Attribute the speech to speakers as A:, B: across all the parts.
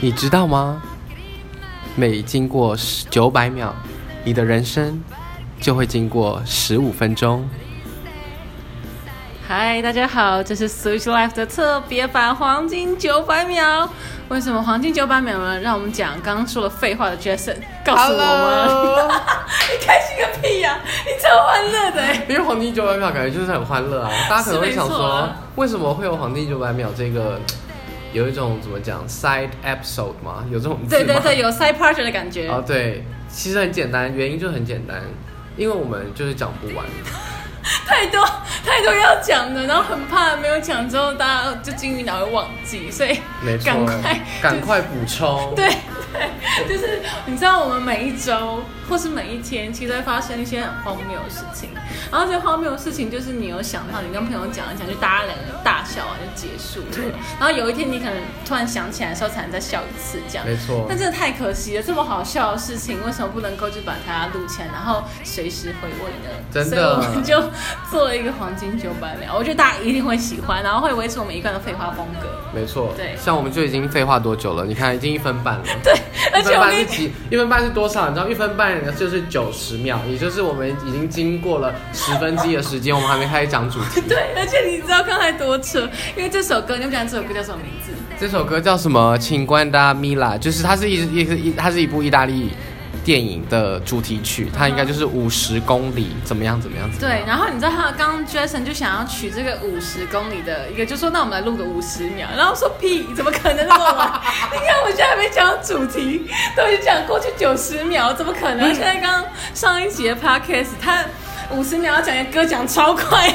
A: 你知道吗？每经过九百秒，你的人生就会经过十五分钟。
B: 嗨，大家好，这是 Switch Life 的特别版黄金九百秒。为什么黄金九百秒呢？让我们讲刚刚说了废话的 Jason 告诉我们。 你开心个屁呀、你超欢乐 的、欸。
A: 因为黄金九百秒感觉就是很欢 乐啊，大家可能会想
B: 是没错
A: 说
B: 啊，
A: 为什么会有黄金九百秒这个？有一种怎么讲，side episode 吗？有这种字
B: 对对
A: 吗
B: 对，有 side project 的感觉。
A: 哦，对，其实很简单，原因就很简单，因为我们就是讲不完。
B: 太多太多要讲的，然后很怕没有讲之后，大家就金鱼脑会忘记，所以
A: 没错，
B: 赶快
A: 赶快补充。
B: 对对，就是你知道我们每一周或是每一天，其实会发生一些很荒谬的事情，然后这些荒谬的事情就是你有想到，你跟朋友讲一讲，就大家两个大笑完就结束了，然后有一天你可能突然想起来的时候，才能再笑一次这样。
A: 没错
B: 但真的太可惜了，这么好笑的事情，为什么不能够就把它录起来，然后随时回味呢？
A: 真的
B: 所以我们就做了一个黄金九百秒，我觉得大家一定会喜欢，然后会维持我们一贯的废话风 格。
A: 没错，
B: 对
A: 像我们就已经废话多久了？你看，已经一分半了。
B: 对，而
A: 一
B: 且
A: 分
B: 我
A: 半
B: 跟
A: 是
B: 你
A: 几？一分半是多少？你知道，一分半就是九十秒，也就是我们已经经过了十分之一的时间，我们还没开始讲主题。
B: 对，而且你知道刚才多扯，因为这首歌，你们讲这首歌叫什么名字？
A: 这首歌叫什么？请关达米拉，就是它是一一一，它是一部意大利电影的主题曲，它应该就是五十公里，怎么样怎么样怎么样
B: 对，。然后你知道他刚刚 Jason 就想要取这个五十公里的一个，就说那我们来录个五十秒，然后说屁，怎么可能那么晚？你看我现在还没讲到主题，都已经讲过去九十秒，怎么可能？现在刚上一集的 podcast，他五十秒要讲一个歌讲超快，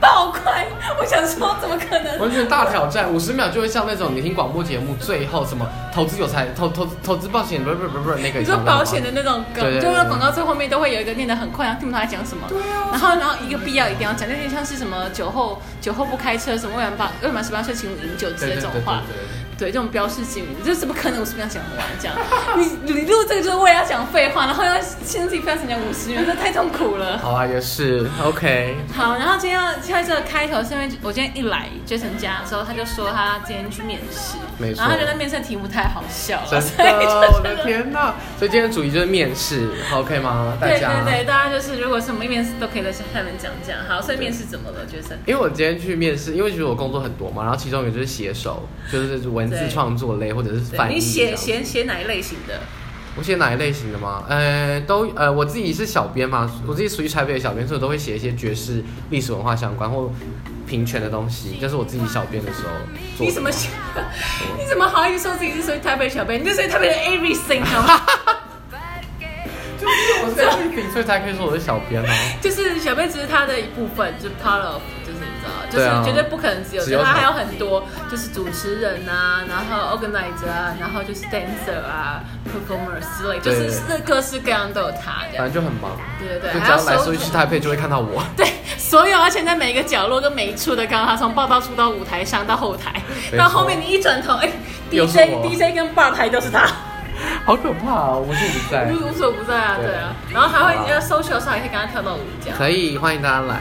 B: 爆快，我想说怎么可能？
A: 完全大挑战，五十秒就会像那种你听广播节目最后什么投资有才投投投资保险不是不是不是不是那个，
B: 你
A: 知
B: 说
A: 道吗
B: 保险的那种梗，
A: 对对对
B: 就是广告最后面都会有一个念得很快，然后听不懂他在讲什么。对啊。然后，然后一个必要一定要讲，有点像是什么酒后酒后不开车，什么未满八未满十八岁请勿饮酒之
A: 对
B: 类
A: 对
B: 这
A: 对
B: 种
A: 对
B: 话。
A: 对。
B: 对，这种标示性，这怎么可能？我是不想讲完这样。你你录这个就是为了要讲废话，然后要限制自己非要讲五十元，这太痛苦了。
A: 好啊，也是 OK。
B: 好，然后今天要开这个开头，是因为我今天一来 Jason 家的时候，他就说他今天去面试，
A: 没错
B: 然后他觉得面试的题目太好笑 了，
A: 真
B: 所以就
A: 的，我
B: 觉得
A: 的天呐！所以今天的主题就是面试，OK 吗？大
B: 对
A: 家。
B: 对对，大家就是如果什么面试都可以在下面讲讲。好，所以面试怎么了，杰森？
A: 因为我今天去面试，因为其实我工作很多嘛，然后其中有就是写手，就是文字
B: 对
A: 创作类或者是
B: 对
A: 翻译。
B: 你写？写写哪一类型的？
A: 我写哪一类型的吗？呃，都呃，我自己是小编嘛，我自己属于台北的小编，所以我都会写一些爵士、历史文化相关或平权的东西，就是我自己小编的时候做的。
B: 你怎么写？ 你怎么好意思说自己是属于台北小编？你就属于 台北的 everything 好吗？
A: 就是我在这里，所以才可以说我是小编啊。
B: 就是小编只是他的一部分，就是 part of，就是你知道，就
A: 对啊
B: 是绝对不可能只有
A: 只有
B: 他，
A: 他
B: 还有很多，就是主持人啊，然后 organizer 啊，然后就是 dancer 啊，performer 之类，就
A: 对
B: 是各各式各样都有他这样
A: 反。正就很忙，
B: 对对对，
A: 就只
B: 还
A: 要
B: 要
A: 来
B: 收
A: 说一去台北就会看到我。
B: 对，所有而且在每一个角落跟每一处的刚刚，他从报道处到舞台上到后台，
A: 没错
B: 到后面你一转头，哎、
A: 又
B: d
A: 是
B: j
A: 我
B: DJ 跟吧台都是他，
A: 好可怕哦！无处不在
B: 无无所不在啊，
A: 对
B: 对啊，然后还
A: 好
B: 会
A: 吧
B: 要 social 的时候还可以跟他跳到舞这样，
A: 可以欢迎大家来。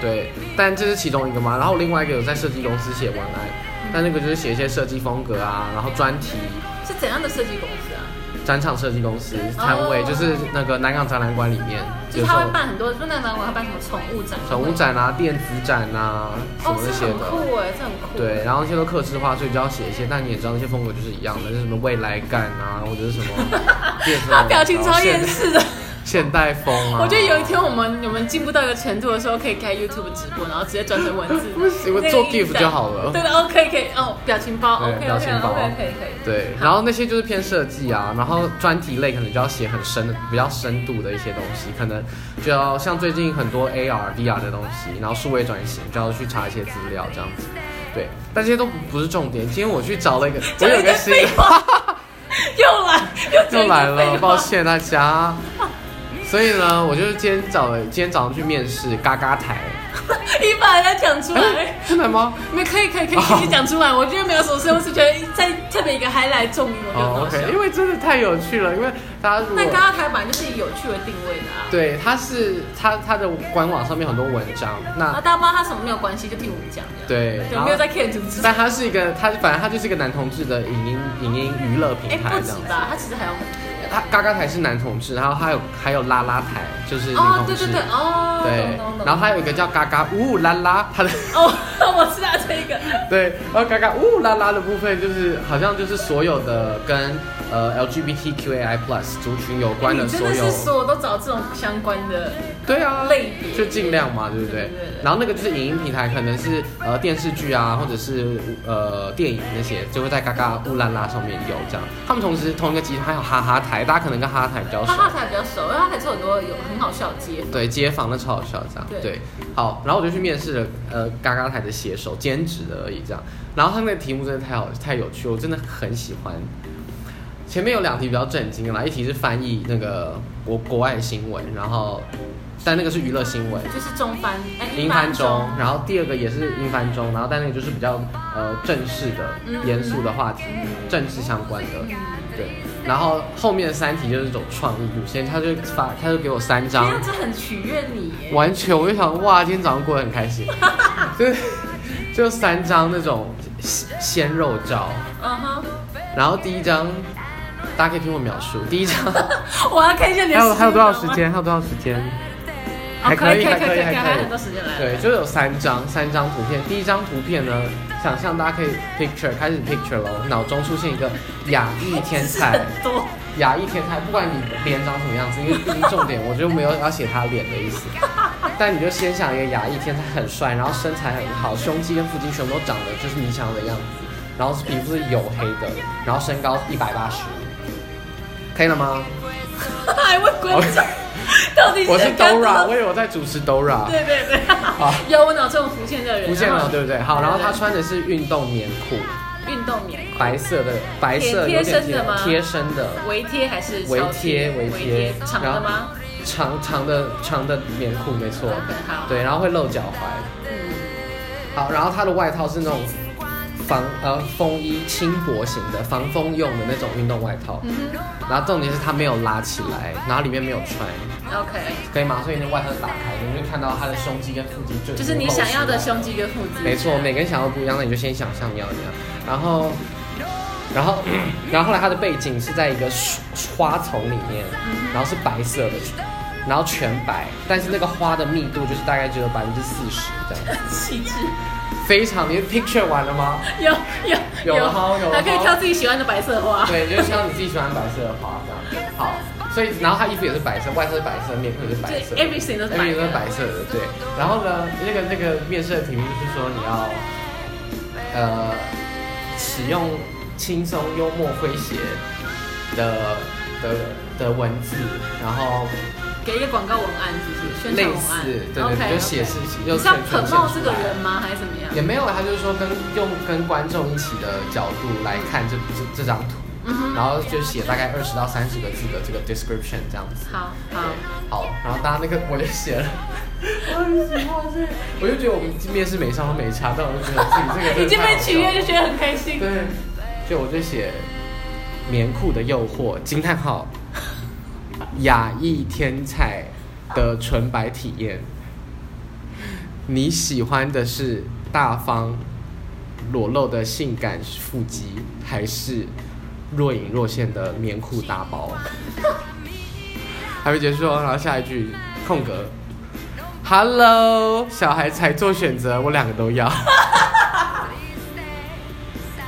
B: 对
A: 但这是其中一个嘛。然后另外一个有在设计公司写文
B: 嗯
A: 案，但那个就是写一些设计风格啊，然后专题、
B: 是怎样的设计公司啊？
A: 展场设计公司摊位，
B: 哦
A: 就是那个南港展览馆里面，
B: 就是他会办很多，就那个男馆会办什么宠物展，
A: 宠物，展啊、电子展啊什
B: 哦
A: 么，那
B: 这
A: 些
B: 很
A: 的。
B: 酷哎，这很酷，
A: 对，然后那些都克制化，所以就要写一些，但你也知道那些风格就是一样的，就是什么未来感啊，或者 是什么电子
B: 他 表情超厌
A: 现
B: 世的。
A: 现代风啊。
B: 我觉得有一天我们我们进步到一个程度的时候，可以开 YouTube 直播，然后直接转成文字，
A: 不行我
B: 那个
A: 做
B: 影像
A: GIF 就好了
B: 对的，哦，可以可以，哦，表情包
A: 对
B: ，OK
A: 表情
B: OK
A: 包
B: OK 可以可以。
A: 对，然后那些就是偏设计啊，然后专题类可能就要写很深的、比较深度的一些东西，可能就要像最近很多 AR、VR 的东西，然后数位转型就要去查一些资料这样子。对，但这些都不是重点。今天我去找 了一个，我
B: 讲
A: 有
B: 一
A: 一个
B: 堆
A: 新
B: 废 话， 又来又
A: 又
B: 讲一堆
A: 来了，
B: 废话
A: 抱。歉大家。所以呢，我就是今天找了，今天早上去面试嘎嘎台。 哎
B: 你把人家讲出 来，
A: 真的吗？
B: 没可以可以可以，
A: 啊
B: 可以讲出来。我觉得没有什么事，我是觉得在特别一个 highlight 重于我就
A: 哦
B: 很好笑
A: ，OK，因为真的太有趣了，因为大家如果
B: 但刚刚台版就是以有趣为定位的啊。
A: 对它是它它的官网上面很多文章，
B: 然后
A: 那
B: 大家不知道他什么没有关系，就听我们讲的。
A: 啊对，
B: 对，
A: 然后
B: 没啊有在 care 组织。
A: 但它是一个它反正它就是一个男同志的影音影音娱乐平
B: 哎，
A: 台
B: 不
A: 这
B: 止
A: 样子。
B: 吧？他其实还有很多。
A: 他嘎嘎台是男同志，然后还有还有拉拉台就是女
B: 哦，
A: 同
B: 对
A: 志，
B: 对对，哦，
A: 对
B: 懂懂懂。
A: 然后还有一个叫嘎嘎呜啦啦，他的
B: 哦，我知道这个。
A: 对，然后嘎嘎呜啦啦的部分就是好像就是所有的跟呃 LGBTQAI plus 族群有关的
B: 哎你真
A: 所
B: 的
A: 有
B: 是，所有都找这种相关的，
A: 对啊，
B: 类别
A: 就尽量嘛，对不对
B: 对对？对
A: 然后那个就是影音平台，可能是呃电视剧啊，或者是呃电影那些，就会在嘎嘎呜啦啦上面有这样。他们同时同一个集团还有哈哈台，大家可能跟哈哈台比较熟
B: 哈。哈台比较熟，因为哈哈台是很多有很好笑的街。
A: 对，街坊的超好笑这样。
B: 对
A: 对，好，然后我就去面试了，呃，嘎嘎台的写手，兼职的而已这样。然后他那个题目真的太好，太有趣，我真的很喜欢。前面有两题比较震惊的啦，一题是翻译那个国国外的新闻，然后但那个是娱乐新闻，
B: 就是中翻哎，
A: 英翻中，然后第二个也是英翻中，然后但那个就是比较呃正式的、
B: 嗯
A: 严肃的话题，政治相关的，对。然后后面三题就是走创意路线，他就发，他就给我三
B: 这
A: 张
B: 样子很取悦你耶。
A: 完全，我就想哇，今天早上过得很开心， 就是就三张那种鲜鲜肉照，
B: 嗯哼，
A: 然后第一张大家可以听我描述，第一张
B: 我要看一下 你的
A: 还有还有多少
B: 时
A: 时间，
B: 间吗？
A: 还有多少时间，
B: 哦
A: 还可以
B: 可
A: 还
B: 以可
A: 可以
B: 以可以，还
A: 还
B: 有很
A: 可
B: 多
A: 以，
B: 时间来。
A: 对，就有三张三张图片，第一张图片呢，想象大家可以 picture 开始 picture 咯，脑中出现一个亚裔天 才。
B: 很多。
A: 亚裔天才，不管你脸长什么样子，因为毕竟重点，我就没有要写他脸的意思。但你就先想一个亚裔天才很帅，然后身材很好，胸肌跟腹肌全部都长得就是你想的样子，然后皮肤是黝黑的，然后身高一百八十，可以了吗？
B: 还问观众 到底
A: 我是
B: 谁干的
A: Dora，我以为我在主持 Dora。
B: 对对对
A: 好，
B: 有我脑中浮现的人，
A: 不见
B: 然
A: 了，
B: 后
A: 对不对？好，然后他穿的是运动棉裤，
B: 运动棉裤
A: 白色的，白色
B: 贴
A: 有
B: 贴
A: 点
B: 身的吗
A: 贴身的，
B: 围贴还是
A: 围
B: 超
A: 贴
B: 围
A: 围
B: 贴
A: 贴
B: 长的吗？
A: 长长的长的棉裤，没错
B: OK，好。
A: 对，然后会露脚踝。
B: 嗯，
A: 好，然后他的外套是那种防呃风衣轻薄型的防风用的那种运动外套，
B: 嗯
A: 然后重点是它没有拉起来，然后里面没有穿，
B: OK，
A: 可以吗？所以那外套是打开的，你就看到他的胸肌跟腹肌就
B: 就是你想要的胸。肌跟腹肌。
A: 没错，每个人想要不一样，那你就先想象你要怎样，然后。然后，然后后来他的背景是在一个树花丛里面，然后是白色的，然后全白，但是那个花的密度就是大概只有百分之四十这样，
B: 气质，
A: 非常。你 picture 完了吗？
B: 有有
A: 有了哈有了哈
B: 还可以挑自己喜欢的白色花。
A: 对，你就挑你自己喜欢白色的花这样。好，所以然后他衣服也是白色，外套是白色，面裤也是白色
B: 对，everything 都是白的
A: ，everything 都是白色的。对，然后呢，那个那个面试的题目就是说你要呃使用轻松幽默诙谐的的的文字，然后
B: 给一个广告文案，是不是？宣
A: 类
B: 传文案。
A: 似对对
B: OK，
A: 对，就写事
B: OK
A: 情，
B: 你
A: 就是
B: 要
A: 是呈现
B: promote
A: 出
B: 这个
A: 来
B: 人吗？还是怎么样？
A: 也没有，他就是说跟用跟观众一起的角度来看这这这张图，
B: 嗯
A: 然后就写大概二十到三十个字的这个 description 这样子。
B: 好
A: 对
B: 好，
A: 好，然后大家那个我就写了， 我很喜欢这个，我就觉得我们面试每上都没差，但我就觉得自己这个真的
B: 已经
A: 太
B: 被
A: 好
B: 取
A: 笑
B: 悦
A: 了
B: 就觉得很开心。
A: 对，就我就写棉裤的诱惑惊叹号， 亚裔天才的纯白体验。你喜欢的是大方裸露的性感腹肌，还是若隐若现的棉裤大包？还没结束哦，然后下一句空格。Hello，小孩才做选择，我两个都要。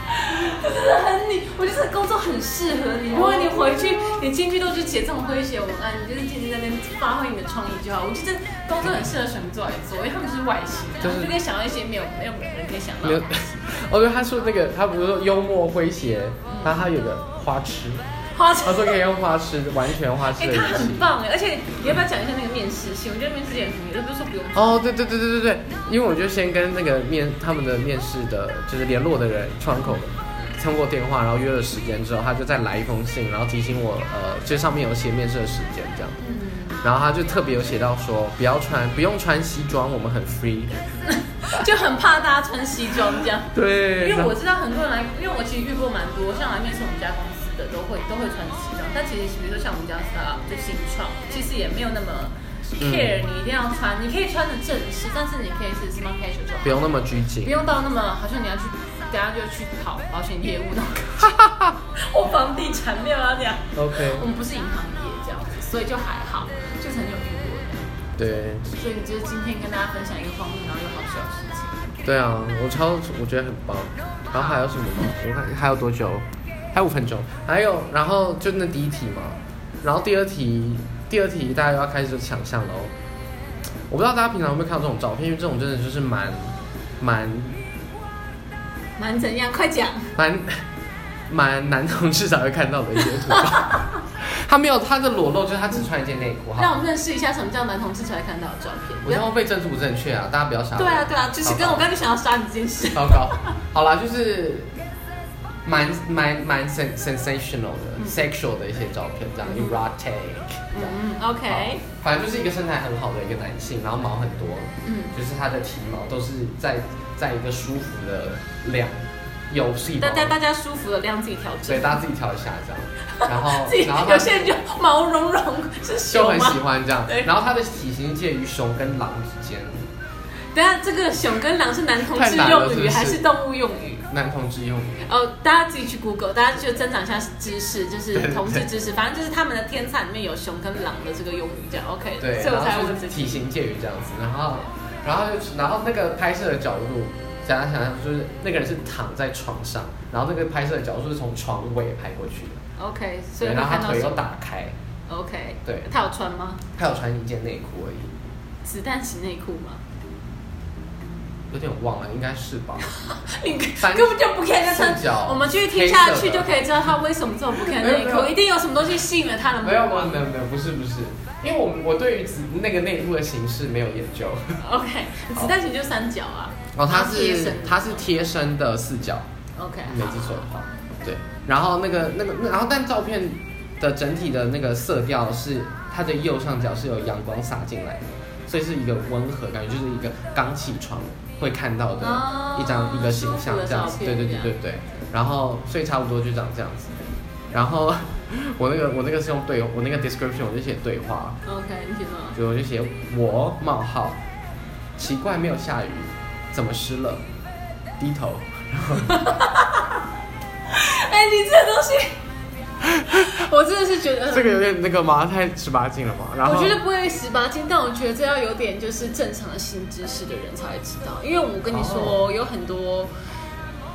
B: 很你，我觉得这个工作很适合
A: 哦
B: 你。如果你回去，你进去都是写这种诙谐文案，你就是天天在那边发挥你的创意就好。我觉得这工作很适合水瓶座来做，因为他们就是外形啊，
A: 就是
B: 就可以想到一些没有没有人可以想到
A: 没有
B: 的。，
A: 哦对，他说那个，他不是说幽默诙谐，然后他有个花痴，
B: 花
A: 他说可以用花痴，完全花痴
B: 哎、
A: 的语
B: 他很
A: 气。
B: 棒哎，而且你要不要讲一下那个面试信？我觉得面试也很，也不是说不用。
A: 哦，对对对对对对，因为我就先跟那个面他们的面试的，就是联络的人窗口通过电话，然后约了时间之后，他就再来一封信，然后提醒我，呃，就上面有写面试的时间这样。
B: 嗯
A: 然后他就特别有写到说，不要穿，不用穿西装，我们很 free。
B: 就很怕大家穿西装这样。
A: 对，
B: 因
A: 然
B: 为
A: 后
B: 我知道很多人来，因为我其实遇过蛮多，像来面试我们家公司，的都会都会穿西装，但其实比如说像我们家 Star 就新创，其实也没有那么 care
A: 嗯
B: 你一定要穿，你可以穿的正式，但是你可以是 smart casual 就好
A: 不用那么拘谨
B: 不。用到那么好像你要去，等下就去跑保险业务那 种感觉，或房地产没有啊这样。
A: OK，
B: 我们不是银行业这样子，所以就还好，就是很有遇过的。
A: 对，
B: 所以就是今天跟大家分享一个荒谬然后又好笑的事情。
A: 对啊，我超我觉得很棒。然后还有什么吗？我看还有多久？还有五分钟。还有，然后就那第一题嘛，然后第二题，第二题大家又要开始想象喽。我不知道大家平常有没有看到这种照片，因为这种真的就是蛮蛮
B: 蛮怎样？快讲！
A: 蛮蛮男同志才会看到的一些图 吧。他没有他的裸露，就是他只穿一件内裤。
B: 让
A: 好，
B: 我们认识一下什么叫男同志才会看到的照片。
A: 我这样会被政治不正确啊，大家不要傻我。
B: 对啊对啊，就是跟我刚刚想要杀你这件事。
A: 糟糕，好啦，就是蛮蛮蛮 sen sensational 的、sexual 的一些照片，这样 erotic，这样
B: 嗯，OK，
A: 好反正就是一个身材很好的一个男性，然后毛很多，
B: 嗯，
A: 就是他的体毛都是在在一个舒服的量，有细毛
B: 大，家大家舒服的量自己调
A: 所以
B: 整。
A: 大家自己调一下这样， 然后
B: 自己
A: 然后
B: 有
A: 他
B: 些人就毛茸茸是
A: 就
B: 熊
A: 很喜
B: 吗？
A: 欢这样
B: 对，
A: 然后他的体型介于熊跟狼之间，
B: 等一下这个熊跟狼是男同
A: 太
B: 志
A: 难了
B: 用
A: 是不
B: 语
A: 是
B: 还是动物用语？
A: 男同志用语，
B: 哦，大家自己去 Google，大家就增长一下知识，就是同志知识，反正就是他们的天才里面有熊跟狼的这个用语，这样 OK，
A: 对，
B: 所
A: 然
B: 以我才
A: 后就
B: 问这
A: 是
B: 个
A: 体型介于这样子，然后，然后就然后那个拍摄的角度，想想想就是那个人是躺在床上，然后那个拍摄的角度是从床尾拍过去的，
B: OK，所以
A: 对，
B: 会
A: 然后
B: 看
A: 他
B: 到
A: 腿又
B: 熊
A: 打开，
B: OK，
A: 对
B: 他有穿吗？
A: 他有穿一件内裤而已，
B: 子弹型内裤吗？
A: 有点忘了，应该是 吧？
B: 你
A: 三
B: 根本就不 care 他穿
A: 四角，
B: 我们继续听下去
A: 黑色
B: 就
A: 的
B: 可以知道他为什么这么不 care 内
A: 没有没
B: 裤，
A: 有
B: 一定有什么东西吸引了他的目
A: 没有，没有，
B: 光
A: 没。有，没有，不是不是，因为我我对于子那个内裤的形式没有研 究，
B: OK，子弹型就三角啊。
A: 哦，它
B: 贴
A: 是
B: 身的
A: 它是贴身的四角。
B: OK，
A: 没记错的话，对。然后那个那个，那然后但照片的整体的那个色调是它的右上角是有阳光洒进来的，所以是一个温和感觉，就是一个刚起床会看到的
B: 哦
A: 一张、一个形象
B: 舒服的
A: 这样子
B: 照。
A: 对
B: 片
A: 对对对对。然后所以差不多就长这样子。然后 我那个我那个是用对我那个 description 我就写对话，
B: 好 OK，你写什么？
A: 就我就写我冒号，奇怪没有下雨，怎么湿了？低头。
B: 哎，你这个东西， 我真的是觉得
A: 这个有点那个吗？太十八禁了嘛。然后
B: 我觉得不会十八禁，但我觉得这要有点就是正常的新知识的人才会知道，因为我跟你
A: 哦
B: 说，有很多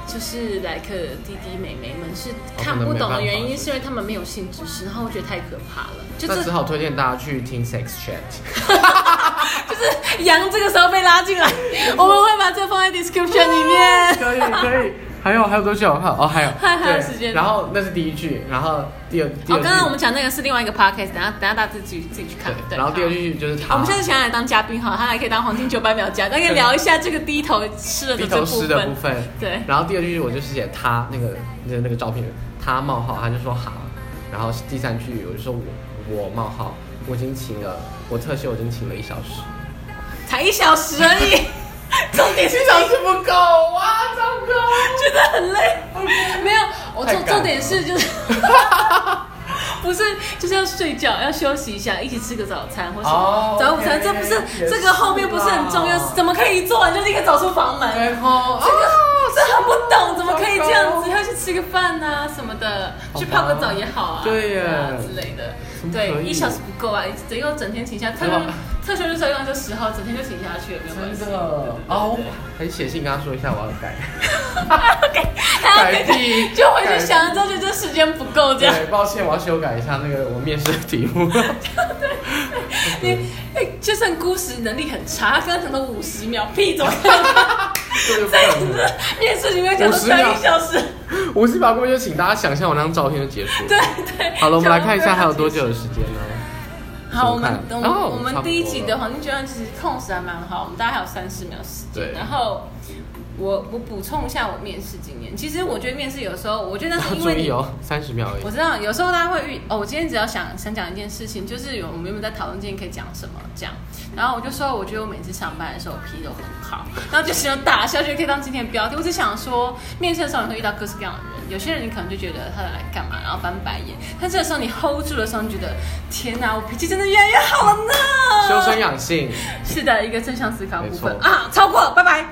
B: 就是来客弟弟妹妹们是看不懂的原因，是因为他们没有性知识，然后我觉得太可怕了，就
A: 那
B: 是
A: 只好推荐大家去听 Sex Chat。
B: 就是羊这个时候被拉进来，我们会把这放在 description 里面。
A: 可以可以。还有还有多久？还有哦，还有
B: 还还有
A: 对
B: 时间
A: 然后那是第一句，然后第二第二，
B: 哦
A: 句，
B: 刚刚我们讲那个是另外一个 podcast，等下等下大家自己自己去看。
A: 对，
B: 对，
A: 然后第二
B: 好
A: 句就是他。
B: 我们下次想想来当嘉宾好，他还可以当黄金九百秒嘉宾，可以聊一下这个低头吃了的
A: 低
B: 这
A: 头
B: 部
A: 诗的部
B: 分。
A: 分，
B: 对
A: 然后第二句我就是写他那个那那个照片，他冒号，他就说好，然后第三句我就说我我冒号，我已经请了，我特休已经请了一小时，
B: 才一小时而 已，重点是
A: 一小时不够啊，糟糕。
B: 觉得很累。没有，我
A: 太
B: 重
A: 赶了
B: 重点是就是， 不是就是要睡觉，要休息一下，一起吃个早餐或什么
A: 哦
B: 早午餐，
A: OK，
B: 这不是
A: 也是
B: 这个后面不是很重要
A: 啦，
B: 怎么可以一做完就立刻走出房门？
A: 最后啊
B: 这个这很不懂，怎么可以这样
A: 糟
B: 子？
A: 糕
B: 要去吃个饭呐、什么的，
A: 好吧
B: 去泡个澡也好啊，
A: 对耶
B: 啊之类的
A: 怎。么可
B: 对，
A: 以
B: 一小时不够啊，只有整天请假，特
A: 对
B: 休
A: 吧
B: 特休就是要用这时候，整天就请下去也没有关系。
A: 哦，很写信跟他说一下我要 改，
B: 大家
A: 改屁
B: 就回去想了之后，觉得这时间不够这样。
A: 对，抱歉，我要修改一下那个我面试的题目。 嗯
B: 你哎就算估时能力很差，他刚刚讲到五十秒，屁怎么可 能？ 面试里面讲到
A: 50秒
B: 三一小时，
A: 五十秒过去，就请大家想象我那张照片就结束。
B: 对，对。
A: 好了，我们来
B: 讲到
A: 看一下还有多
B: 这样
A: 久的时间呢？
B: 好，我
A: 怎么看
B: 们我们、
A: 哦
B: 我
A: 差
B: 们
A: 不多
B: 第一集
A: 了
B: 的黄金阶段其实控时还蛮好，我们大概还有三十秒时
A: 对
B: 间。然后我我补充一下我面试经验。其实我觉得面试有时候，我觉得那
A: 要
B: 是因
A: 注
B: 为
A: 意
B: 你
A: 哦，三十秒而已
B: 我。知道有时候大家会遇哦，我今天只要想想讲一件事情，就是有我们原本在讨论今天可以讲什么这样，然后我就说我觉得我每次上班的时候脾气都很好，然后就形容打笑，就可以当今天的标题。我只想说，面试的时候你会遇到各式各样的人，有些人你可能就觉得他来干嘛，然后翻白眼，但这个时候你 hold 住的时候，你觉得天哪，我脾气真的越来越好了呢。
A: 修身养性。
B: 是的，一个正向思考部分
A: 没错
B: 啊，超过，拜拜。